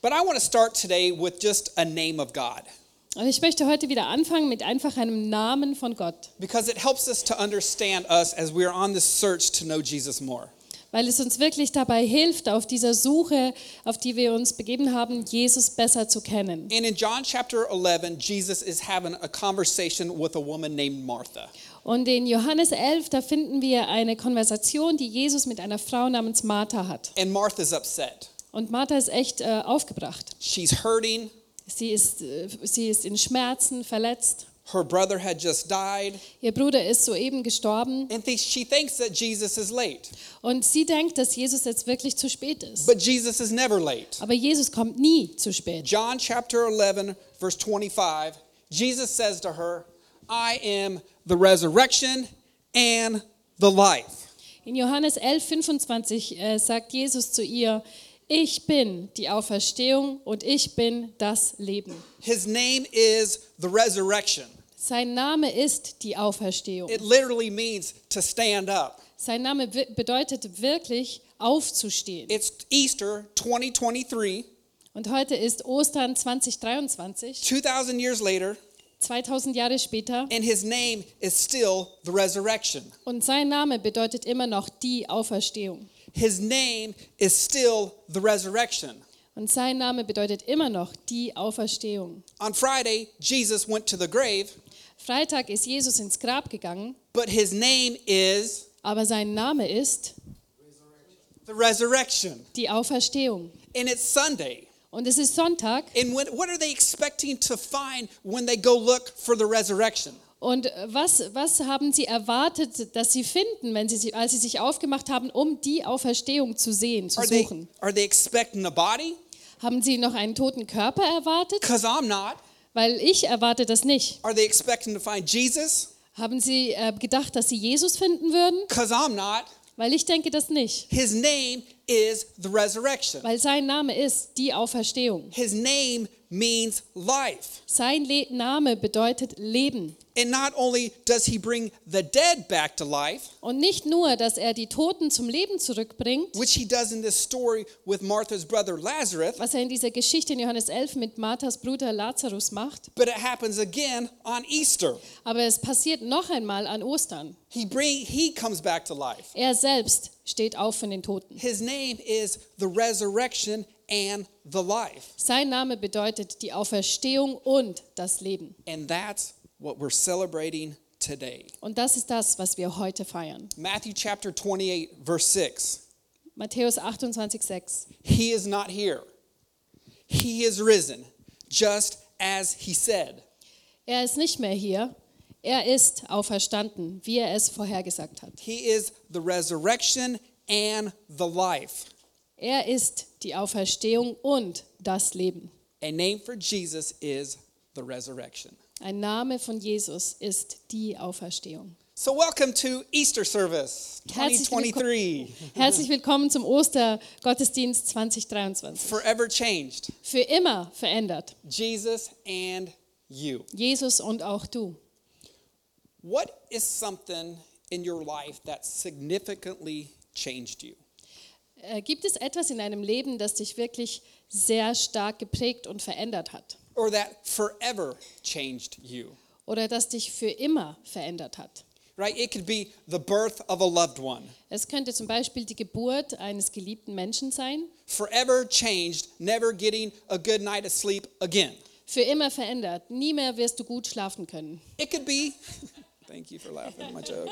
But I want to start today with just a name of God Und ich möchte heute wieder anfangen mit einfach einem Namen von Gott, because it helps us to understand us as we are on this search to know Jesus more. weil es uns wirklich dabei hilft, auf dieser Suche, auf die wir uns begeben haben, Jesus besser zu kennen. And in John chapter 11, Jesus is having a conversation with a woman named Martha. Und in Johannes 11, da finden wir eine Konversation, die Jesus mit einer Frau namens Martha hat. And Martha's upset. Und Martha ist echt äh, aufgebracht. She's hurting. Sie ist, äh, sie ist in Schmerzen, verletzt. Her brother had just died. Ihr Bruder ist soeben gestorben And th- she thinks that Jesus is late. und sie denkt, dass Jesus jetzt wirklich zu spät ist. But Jesus is never late. Aber Jesus kommt nie zu spät. John chapter 11, verse 25, Jesus says to her, I am the resurrection and the life. In Johannes 11, 25 äh, sagt Jesus zu ihr, ich bin die Auferstehung und ich bin das Leben. His name is the resurrection. Sein Name ist die Auferstehung. It literally means to stand up. Sein Name wi- bedeutet wirklich aufzustehen. It's Easter 2023, Und heute ist Ostern 2023, 2,000 years later, 2000 Jahre später. and his name is still the resurrection. Und sein Name bedeutet immer noch die Auferstehung. His name is still the resurrection. Und sein Name bedeutet immer noch die Auferstehung. On Friday, Jesus went to the grave, Freitag ist Jesus ins Grab gegangen, but his name is aber sein Name ist the resurrection. die Auferstehung. And it's Sunday. Und es ist Sonntag. And when, what are they expecting to find when they go look for the resurrection? Und was, was haben sie erwartet, dass sie finden, wenn sie, sie, als sie sich aufgemacht haben, um die Auferstehung zu sehen, zu Are they, suchen? are they expecting a body? Haben sie noch einen toten Körper erwartet? Because I'm not. Weil ich erwarte das nicht. Are they expecting to find Jesus? Haben sie äh, gedacht, dass sie Jesus finden würden? Because I'm not. Weil ich denke das nicht. His name is the resurrection. Weil sein Name ist die Auferstehung. His name means life. Sein Le Name bedeutet Leben. And not only does he bring the dead back to life, Und nicht nur, dass er die Toten zum Leben zurückbringt, which he does in this story with Martha's brother Lazarus, was er in dieser Geschichte in Johannes 11 mit Marthas Bruder Lazarus macht, but it happens again on Easter. aber es passiert noch einmal an Ostern. He bring he comes back to life. Er selbst steht auf von den Toten. His name is the resurrection and the life. Sein Name bedeutet die Auferstehung und das Leben. And that's what we're celebrating today. Und das ist das, was wir heute feiern. Matthew chapter 28 verse 6. Matthäus 28,6. He is not here. He is risen, just as he said. Er ist nicht mehr hier. Er ist auferstanden, wie er es vorhergesagt hat. He is the resurrection and the life. Er ist die Auferstehung und das Leben. A name for Jesus is the resurrection. Ein Name von Jesus ist die Auferstehung. So, welcome to Easter service Herzlich willkommen. 2023. Herzlich willkommen zum Ostergottesdienst 2023. Forever changed. Für immer verändert. Jesus and you. Jesus und auch du. What is something in your life that significantly changed you? Äh, Gibt es etwas in deinem Leben, das dich wirklich sehr stark geprägt und verändert hat? Or that forever changed you? Oder das dich für immer verändert hat? Right? It could be the birth of a loved one. Es könnte zum Beispiel die Geburt eines geliebten Menschen sein, Forever changed, never getting a good night of sleep again. für immer verändert. Nie mehr wirst du gut schlafen können. It could be, thank you for laughing at my joke.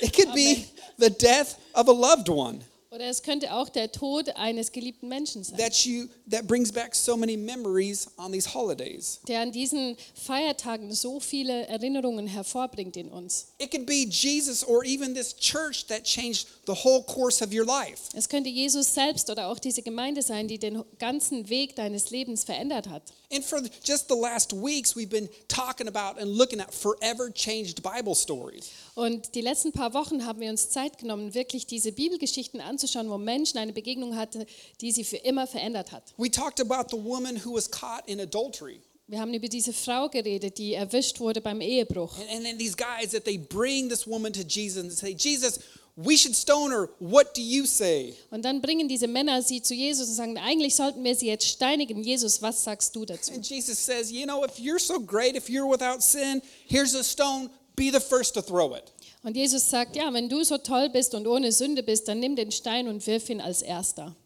It could be the death of a loved one Oder es könnte auch der Tod eines geliebten Menschen sein, that you that brings back so many memories on these holidays. der an diesen Feiertagen so viele Erinnerungen hervorbringt in uns. It could be Jesus or even this church that changed the whole course of your life. Es könnte Jesus selbst oder auch diese Gemeinde sein, die den ganzen Weg deines Lebens verändert hat. And for just the last weeks, we've been talking about and looking at forever changed Bible stories. Und die letzten paar Wochen haben wir uns Zeit genommen, wirklich diese Bibelgeschichten anzuschauen, wo Menschen eine Begegnung hatten, die sie für immer verändert hat. We talked about the woman who was caught in adultery. Wir haben über diese Frau geredet, die erwischt wurde beim Ehebruch. And, and then these guys that they bring this woman to Jesus and say, Jesus, We should stone her. What do you say? Und dann bringen diese Männer sie zu Jesus und sagen, eigentlich sollten wir sie jetzt steinigen. Jesus, was sagst du dazu? And Jesus says, You know, if you're so great, if you're without sin, here's a stone, be the first to throw it. Und Jesus sagt, ja, wenn du so toll bist und ohne Sünde bist, dann nimm den Stein und wirf ihn als erster.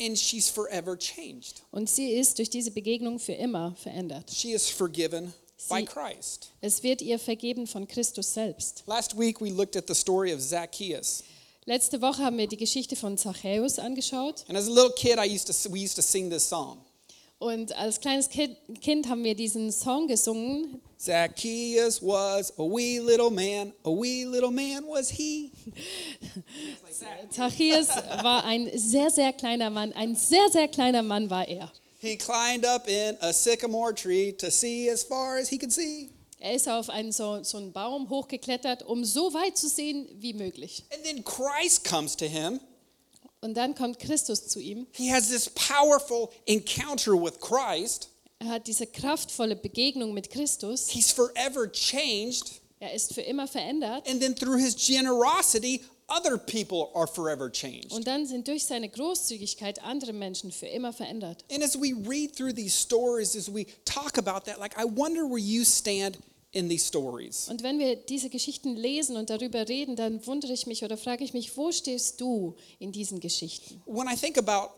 And she's forever changed. Und sie ist durch diese Begegnung für immer verändert. She is forgiven by Sie- Christ. Es wird ihr vergeben von Christus selbst. Last week, we looked at the story of Zacchaeus. Letzte Woche haben wir die Geschichte von Zachäus angeschaut And as a little kid, I used to, we used to sing this song und als kleines Ki- Kind haben wir diesen Song gesungen. Zacchaeus was a wee little man, a wee little man was he. Zachäus war ein sehr, sehr kleiner Mann. Ein sehr, sehr kleiner Mann war er. He climbed up in a sycamore tree to see as far as he could see. Er ist auf einen so, so einen Baum hochgeklettert, um so weit zu sehen wie möglich. And then Christ comes to him. Und dann kommt Christus zu ihm. He has this powerful encounter with Christ. Er hat diese kraftvolle Begegnung mit Christus. He's forever changed. Er ist für immer verändert. And then through his generosity, other people are forever changed. Und dann sind durch seine Großzügigkeit andere Menschen für immer verändert. And as we read through these stories, as we talk about that, like, I wonder where you stand in these stories. Und wenn wir diese Geschichten lesen und darüber reden, dann wundere ich mich oder frage ich mich, wo stehst du in diesen Geschichten? When I think about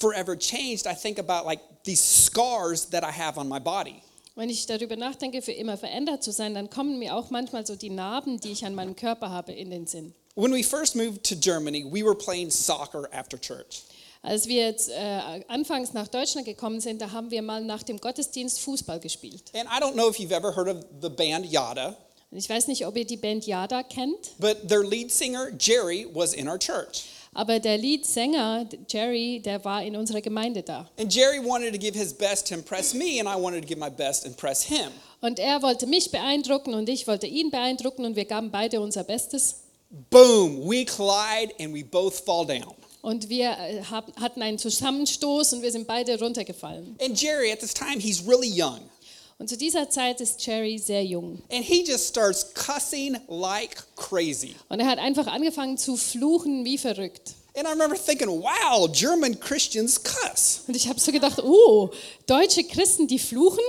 forever changed, I think about like these scars that I have on my body. Wenn ich darüber nachdenke, für immer verändert zu sein, dann kommen mir auch manchmal so die Narben, die ich an meinem Körper habe, in den Sinn. When we first moved to Germany, we were playing soccer after church. Als wir jetzt äh, anfangs nach Deutschland gekommen sind, da haben wir mal nach dem Gottesdienst Fußball gespielt. And I don't know if you've ever heard of the band Yada, Und ich weiß nicht, ob ihr die Band Yada kennt, but their lead singer, Jerry, was in our church. aber der Leadsänger Jerry, der war in unserer Gemeinde da. And Jerry wanted to give his best to impress me, and I wanted to give my best to impress him. Und er wollte mich beeindrucken und ich wollte ihn beeindrucken und wir gaben beide unser Bestes. Boom, we collide and we both fall down. Und wir äh, hab- hatten einen Zusammenstoß und wir sind beide runtergefallen. And Jerry, at this time, he's really young. Und zu dieser Zeit ist Jerry sehr jung. And he just starts cussing like crazy. Und er hat einfach angefangen zu fluchen wie verrückt. And I remember thinking, wow, German Christians cuss. Und ich habe so gedacht, oh, deutsche Christen, die fluchen?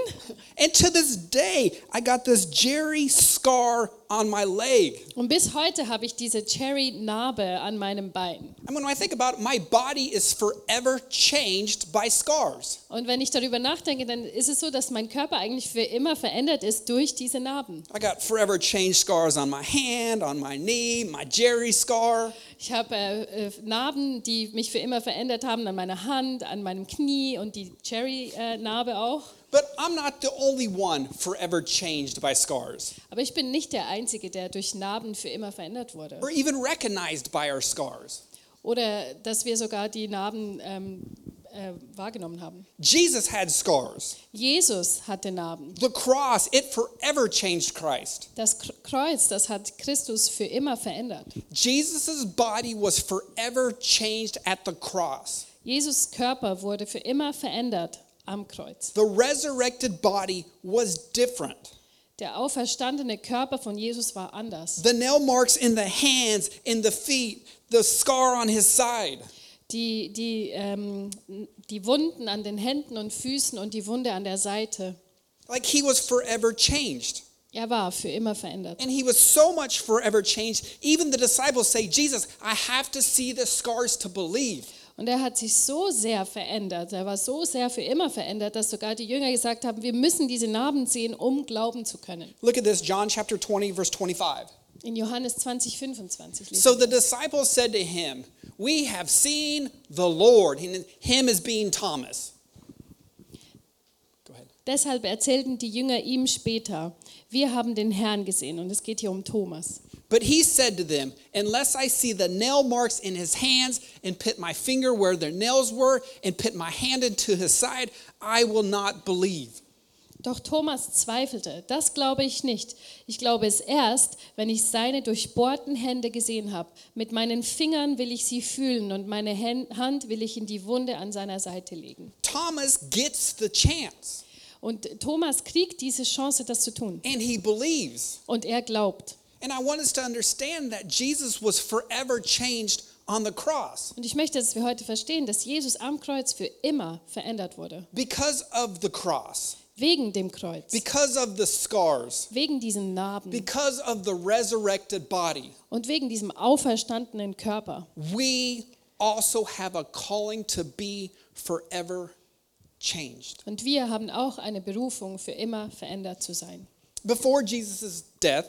And to this day, I got this Jerry scar on my leg. Und bis heute habe ich diese Jerry-Narbe an meinem Bein. And when I think about it, my body is forever changed by scars. Und wenn ich darüber nachdenke, dann ist es so, dass mein Körper eigentlich für immer verändert ist durch diese Narben. I got forever changed scars on my hand, on my knee, my Jerry scar. Ich habe äh, äh, Narben, die mich für immer verändert haben, an meiner Hand, an meinem Knie und die Jerry-Narbe auch. But I'm not the only one forever changed by scars Aber ich bin nicht der Einzige, der durch Narben für immer verändert wurde. or even recognized by our scars. Oder dass wir sogar die Narben ähm, äh, wahrgenommen haben. Jesus had scars. Jesus hatte Narben. The cross, it forever changed Christ. Das Kr- Kreuz, das hat Christus für immer verändert. Jesus' body was forever changed at the cross. Jesus Körper wurde für immer verändert am Kreuz. The resurrected body was different. Der auferstandene Körper von Jesus war anders. The nail marks in the hands, in the feet, the scar on his side. Die, die, ähm, die Wunden an den Händen und Füßen und die Wunde an der Seite. Like he was forever changed. Er war für immer verändert. And he was so much forever changed. Even the disciples say, Jesus, I have to see the scars to believe. Und er hat sich so sehr verändert, er war so sehr für immer verändert, dass sogar die Jünger gesagt haben, wir müssen diese Narben sehen, um glauben zu können. Look at this, John chapter 20, verse 25. In Johannes 20, 25 lesen. So the disciples said to him, We have seen the Lord. And Him as being Thomas. Go ahead. Deshalb erzählten die Jünger ihm später, wir haben den Herrn gesehen. Und es geht hier um Thomas. But he said to them, Unless I see the nail marks in his hands, and put my finger where their nails were, and put my hand into his side, I will not believe. Doch Thomas zweifelte, das glaube ich nicht. Ich glaube es erst, wenn ich seine durchbohrten Hände gesehen habe. Mit meinen Fingern will ich sie fühlen und meine Hän- Hand will ich in die Wunde an seiner Seite legen. Thomas gets the chance, Und Thomas kriegt diese Chance, das zu tun. and he believes. Und er glaubt. And I want us to understand that Jesus was forever changed on the cross. Und ich möchte, dass wir heute verstehen, dass Jesus am Kreuz für immer verändert wurde. Because of the cross, Wegen dem Kreuz, because of the scars, wegen diesen Narben because of the resurrected body, und wegen diesem auferstandenen Körper we also have a calling to be forever changed. Und wir haben auch eine Berufung, für immer verändert zu sein. Before Jesus' death,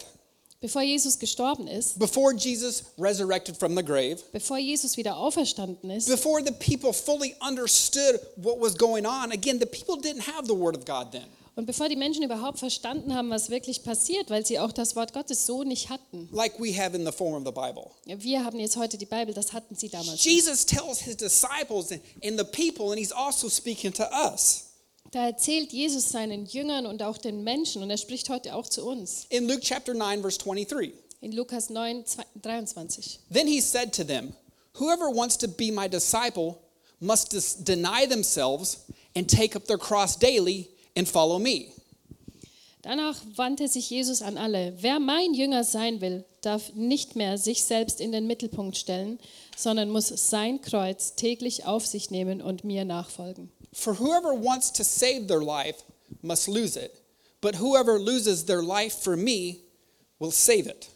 Bevor Jesus gestorben ist, before Jesus resurrected from the grave, bevor Jesus wieder auferstanden ist, before the people fully understood what was going on, again, the people didn't have the Word of God then. und bevor die Menschen überhaupt verstanden haben, was wirklich passiert, weil sie auch das Wort Gottes so nicht hatten. like we have in the form of the Bible. Wir haben jetzt heute die Bibel, das hatten sie damals. nicht. Jesus tells his disciples and, and the people, and he's also speaking to us. Da erzählt Jesus seinen Jüngern und auch den Menschen und er spricht heute auch zu uns. In Luke chapter 9, verse 23, In Lukas 9, 23. then he said to them, Whoever wants to be my disciple must dis- deny themselves and take up their cross daily and follow me. Danach wandte sich Jesus an alle. Wer mein Jünger sein will, darf nicht mehr sich selbst in den Mittelpunkt stellen, sondern muss sein Kreuz täglich auf sich nehmen und mir nachfolgen. For whoever wants to save their life must lose it, but whoever loses their life for me will save it.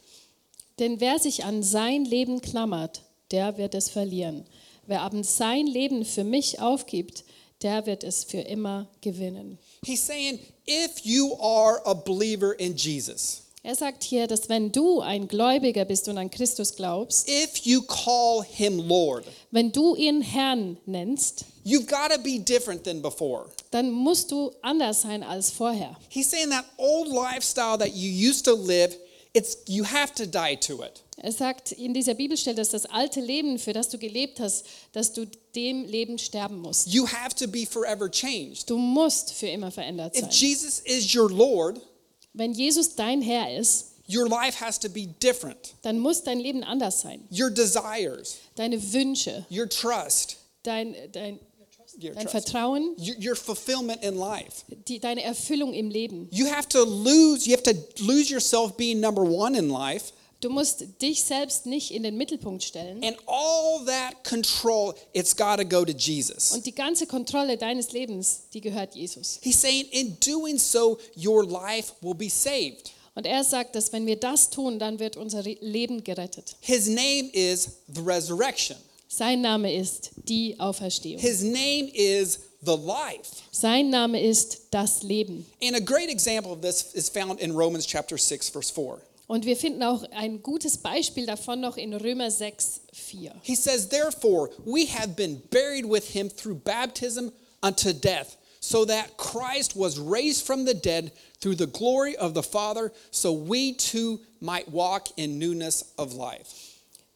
Denn wer sich an sein Leben klammert, der wird es verlieren. Wer aber sein Leben für mich aufgibt, der wird es für immer gewinnen. He's saying, if you are a believer in Jesus, Er sagt hier, dass wenn du ein Gläubiger bist und an Christus glaubst, if you call him Lord, wenn du ihn Herrn nennst, you've got to be different than before. dann musst du anders sein als vorher. He's saying that old lifestyle that you used to live, it's you have to die to it. Er sagt in dieser Bibelstelle, dass das alte Leben, für das du gelebt hast, dass du dem Leben sterben musst. You have to be forever changed. Du musst für immer verändert If sein. Jesus is your Lord, Wenn Jesus dein Herr ist, your life has to be different. dann muss dein Leben anders sein. Your desires, Deine Wünsche, your trust, dein, dein, your, dein trust Vertrauen, your, your fulfillment in life. die, deine Erfüllung im Leben. You have to lose, you have to lose yourself being number one in life. Du musst dich selbst nicht in den Mittelpunkt stellen. And all that control, it's got to go to Jesus. Und die ganze Kontrolle deines Lebens, die gehört Jesus. He's saying, in doing so, your life will be saved. Und er sagt, dass wenn wir das tun, dann wird unser Re- Leben gerettet. His name is the resurrection, Sein Name ist die Auferstehung. His name is the life. Sein Name ist das Leben. And a great example of this is found in Romans chapter 6, verse 4. Und wir finden auch ein gutes Beispiel davon noch in Römer 6, 4. He says, Therefore, we have been buried with him through baptism unto death, so that Christ was raised from the dead through the glory of the Father, so we too might walk in newness of life.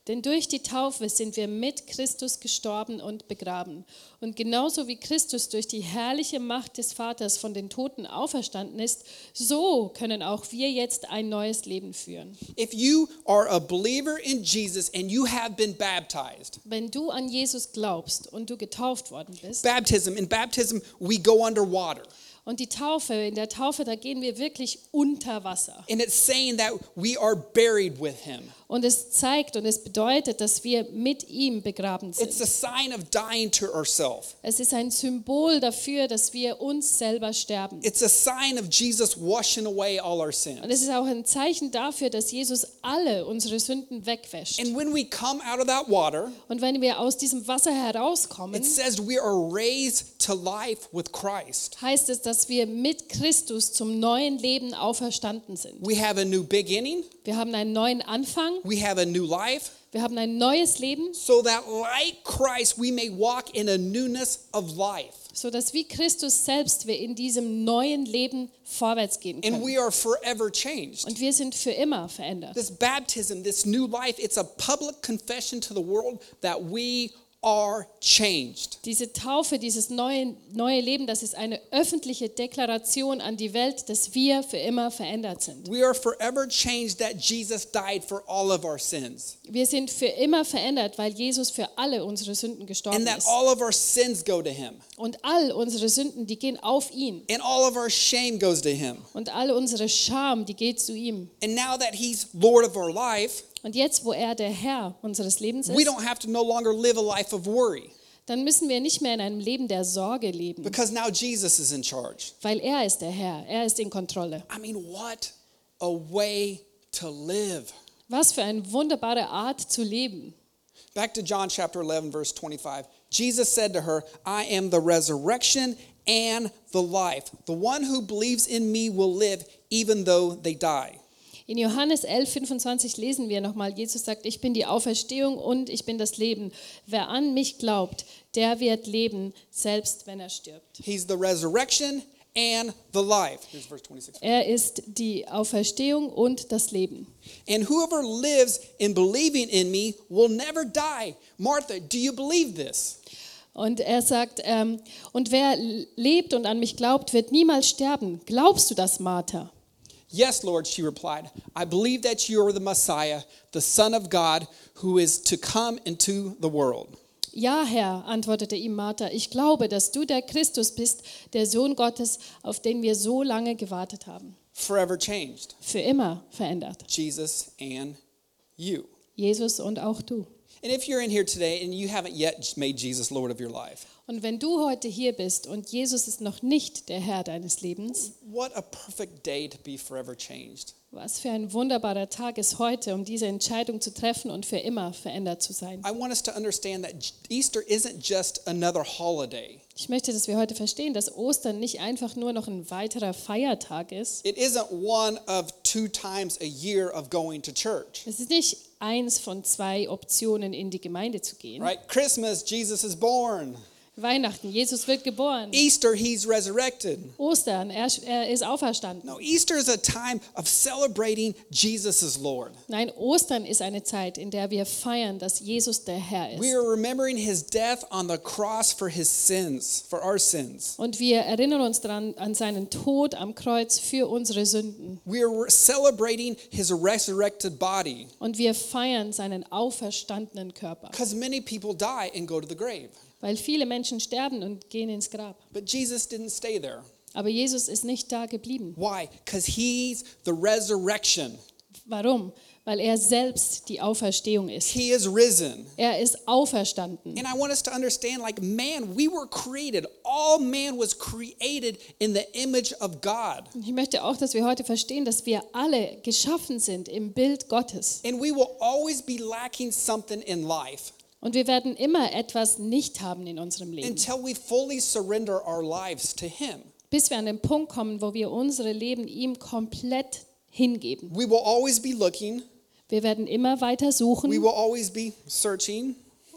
Denn durch die Taufe sind wir mit Christus gestorben und begraben. Und genauso wie Christus durch die herrliche Macht des Vaters von den Toten auferstanden ist, so können auch wir jetzt ein neues Leben führen. If you are a believer in Jesus and you have been baptized, Wenn du an Jesus glaubst und du getauft worden bist, baptism, in baptism, we go underwater. und die Taufe, in der Taufe, da gehen wir wirklich unter Wasser. And it's saying that we are buried with him. Und es zeigt und es bedeutet, dass wir mit ihm begraben It's sind. a sign of dying to ourselves. Es ist ein Symbol dafür, dass wir uns selber sterben. It's a sign of Jesus washing away all our Und es sins. ist auch ein Zeichen dafür, dass Jesus alle unsere Sünden wegwäscht. And when we come out of that water, Und wenn wir aus diesem Wasser herauskommen, it says we are raised to life with Christ. heißt es, dass wir mit Christus zum neuen Leben auferstanden sind. We have a new beginning, Wir haben einen neuen Anfang, we have a new life, wir haben ein neues Leben, so that like Christ, we may walk in a newness of life. so dass wie Christus selbst wir in diesem neuen Leben vorwärts gehen And können. we are forever changed. Und wir sind für immer verändert. This baptism, this new life, it's a public confession to the world that we are changed. Diese Taufe, dieses neue, neue Leben, das ist eine öffentliche Deklaration an die Welt, dass wir für immer verändert sind. We are forever changed that Jesus died for all of our sins Wir sind für immer verändert, weil Jesus für alle unsere Sünden gestorben and that ist. all of our sins go to him Und all unsere Sünden, die gehen auf ihn. and all of our shame goes to him. Und all unsere Scham, die geht zu ihm. And now that he's Lord of our life, Und jetzt, wo er der Herr unseres Lebens we ist, don't have to no longer live a life of worry dann müssen wir nicht mehr in einem Leben der Sorge leben, because now Jesus is in charge. weil er ist der Herr, er ist in Kontrolle. I mean, what a way to live. Was für eine wunderbare Art zu leben. Back to John chapter 11, verse 25. Jesus said to her, I am the resurrection and the life. The one who believes in me will live even though they die. In Johannes 11, 25 lesen wir nochmal, Jesus sagt, ich bin die Auferstehung und ich bin das Leben. Wer an mich glaubt, der wird leben, selbst wenn er stirbt. He's the resurrection and the life. Here's verse 26. Er ist die Auferstehung und das Leben. And whoever lives in believing in me will never die. Martha, do you believe this? Und er sagt, ähm, und wer lebt und an mich glaubt, wird niemals sterben. Glaubst du das, Martha? Yes, Lord, she replied. I believe that you are the Messiah, the Son of God, who is to come into the world. Ja, Herr, antwortete ihm Martha, ich glaube, dass du der Christus bist, der Sohn Gottes, auf den wir so lange gewartet haben. Forever changed. Für immer verändert. Jesus and you. Jesus und auch du. And if you're in here today and you haven't yet made Jesus Lord of your life, Und wenn du heute hier bist und Jesus ist noch nicht der Herr deines Lebens, what a perfect day to be forever changed. was für ein wunderbarer Tag ist heute, um diese Entscheidung zu treffen und für immer verändert zu sein. I want us to understand that Easter isn't just another holiday. Ich möchte, dass wir heute verstehen, dass Ostern nicht einfach nur noch ein weiterer Feiertag ist. It isn't one of two times a year of going to church, Es ist nicht eins von zwei Optionen, in die Gemeinde zu gehen. right? Christmas, Jesus is born. Weihnachten, Jesus wird geboren. Easter, he's resurrected. Ostern, er, er ist auferstanden. No, Easter is a time of celebrating Jesus is Lord. Nein, Ostern ist eine Zeit, in der wir feiern, dass Jesus der Herr We ist. are remembering his death on the cross for his sins, for our sins. Und wir erinnern uns daran, an seinen Tod am Kreuz für unsere Sünden. We are celebrating his resurrected body Und wir feiern seinen auferstandenen Körper. because many people die and go to the grave. Weil viele Menschen sterben und gehen ins Grab. But Jesus didn't stay there. Aber Jesus ist nicht da geblieben. Why? Because he's the resurrection. Warum? Weil er selbst die Auferstehung ist. He is risen. Er ist auferstanden. And I want us to understand like, man, we were created. All man was created in the image of God. Und ich möchte auch, dass wir heute verstehen, dass wir alle geschaffen sind im Bild Gottes. And we will always be lacking something in life Und wir werden immer etwas nicht haben in unserem Leben, until we fully surrender our lives to him. bis wir an den Punkt kommen, wo wir unsere Leben ihm komplett hingeben. We will always be looking, Wir werden immer weiter we suchen will always be searching.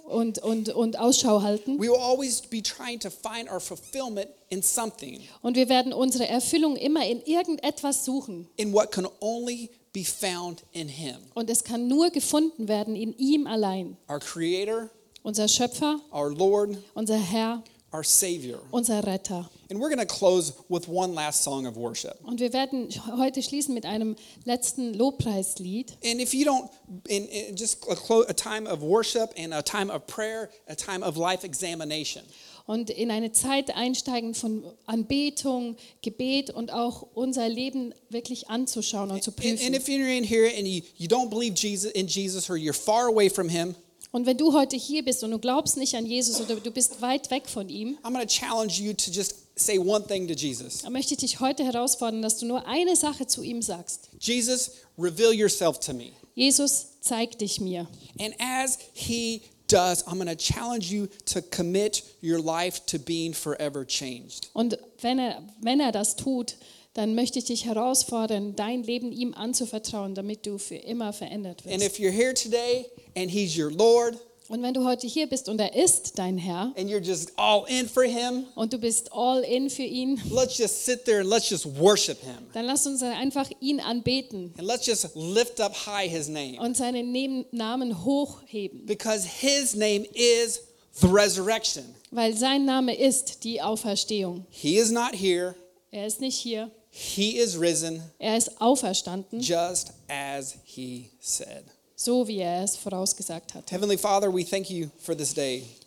und, und, und Ausschau halten. We will always be trying to find our fulfillment in something, Und wir werden unsere Erfüllung immer in irgendetwas suchen. in what can only be found in Him, Und es kann nur gefunden werden in ihm allein. our Creator, Unser Schöpfer, our Lord, unser Herr, our Savior. unser Retter. And we're going to close with one last song of worship. Und wir werden heute schließen mit einem letzten Lobpreislied. And if you don't, in, in just a, clo- a time of worship and a time of prayer, a time of life examination. und in eine Zeit einsteigen von Anbetung, Gebet und auch unser Leben wirklich anzuschauen und zu And, and prüfen. if you're in here and you, you don't believe Jesus in Jesus or you're far away from Him, Und wenn du heute hier bist und du glaubst nicht an Jesus oder du bist weit weg von ihm, I'm going to challenge you to just say one thing to Jesus. dann möchte ich dich heute herausfordern, dass du nur eine Sache zu ihm sagst. Jesus, reveal yourself to me. Jesus, zeig dich mir. And as he does, I'm going to challenge you to commit your life to being forever changed. Und wenn er, wenn er das tut, dann möchte ich dich herausfordern, dein Leben ihm anzuvertrauen, damit du für immer verändert And wirst. if you're here today and he's your Lord Und wenn du heute hier bist und er ist dein Herr and you're just all in for him, und du bist all in für ihn, let's just sit there and let's just worship him. dann lass uns einfach ihn anbeten And let's just lift up high his name und seinen Nem- Namen hochheben, because his name is the resurrection. weil sein Name ist die Auferstehung. He is not here, Er ist nicht hier, he is risen er ist auferstanden, just as he said. so wie er es vorausgesagt hat. Heavenly Father, we thank you for this day.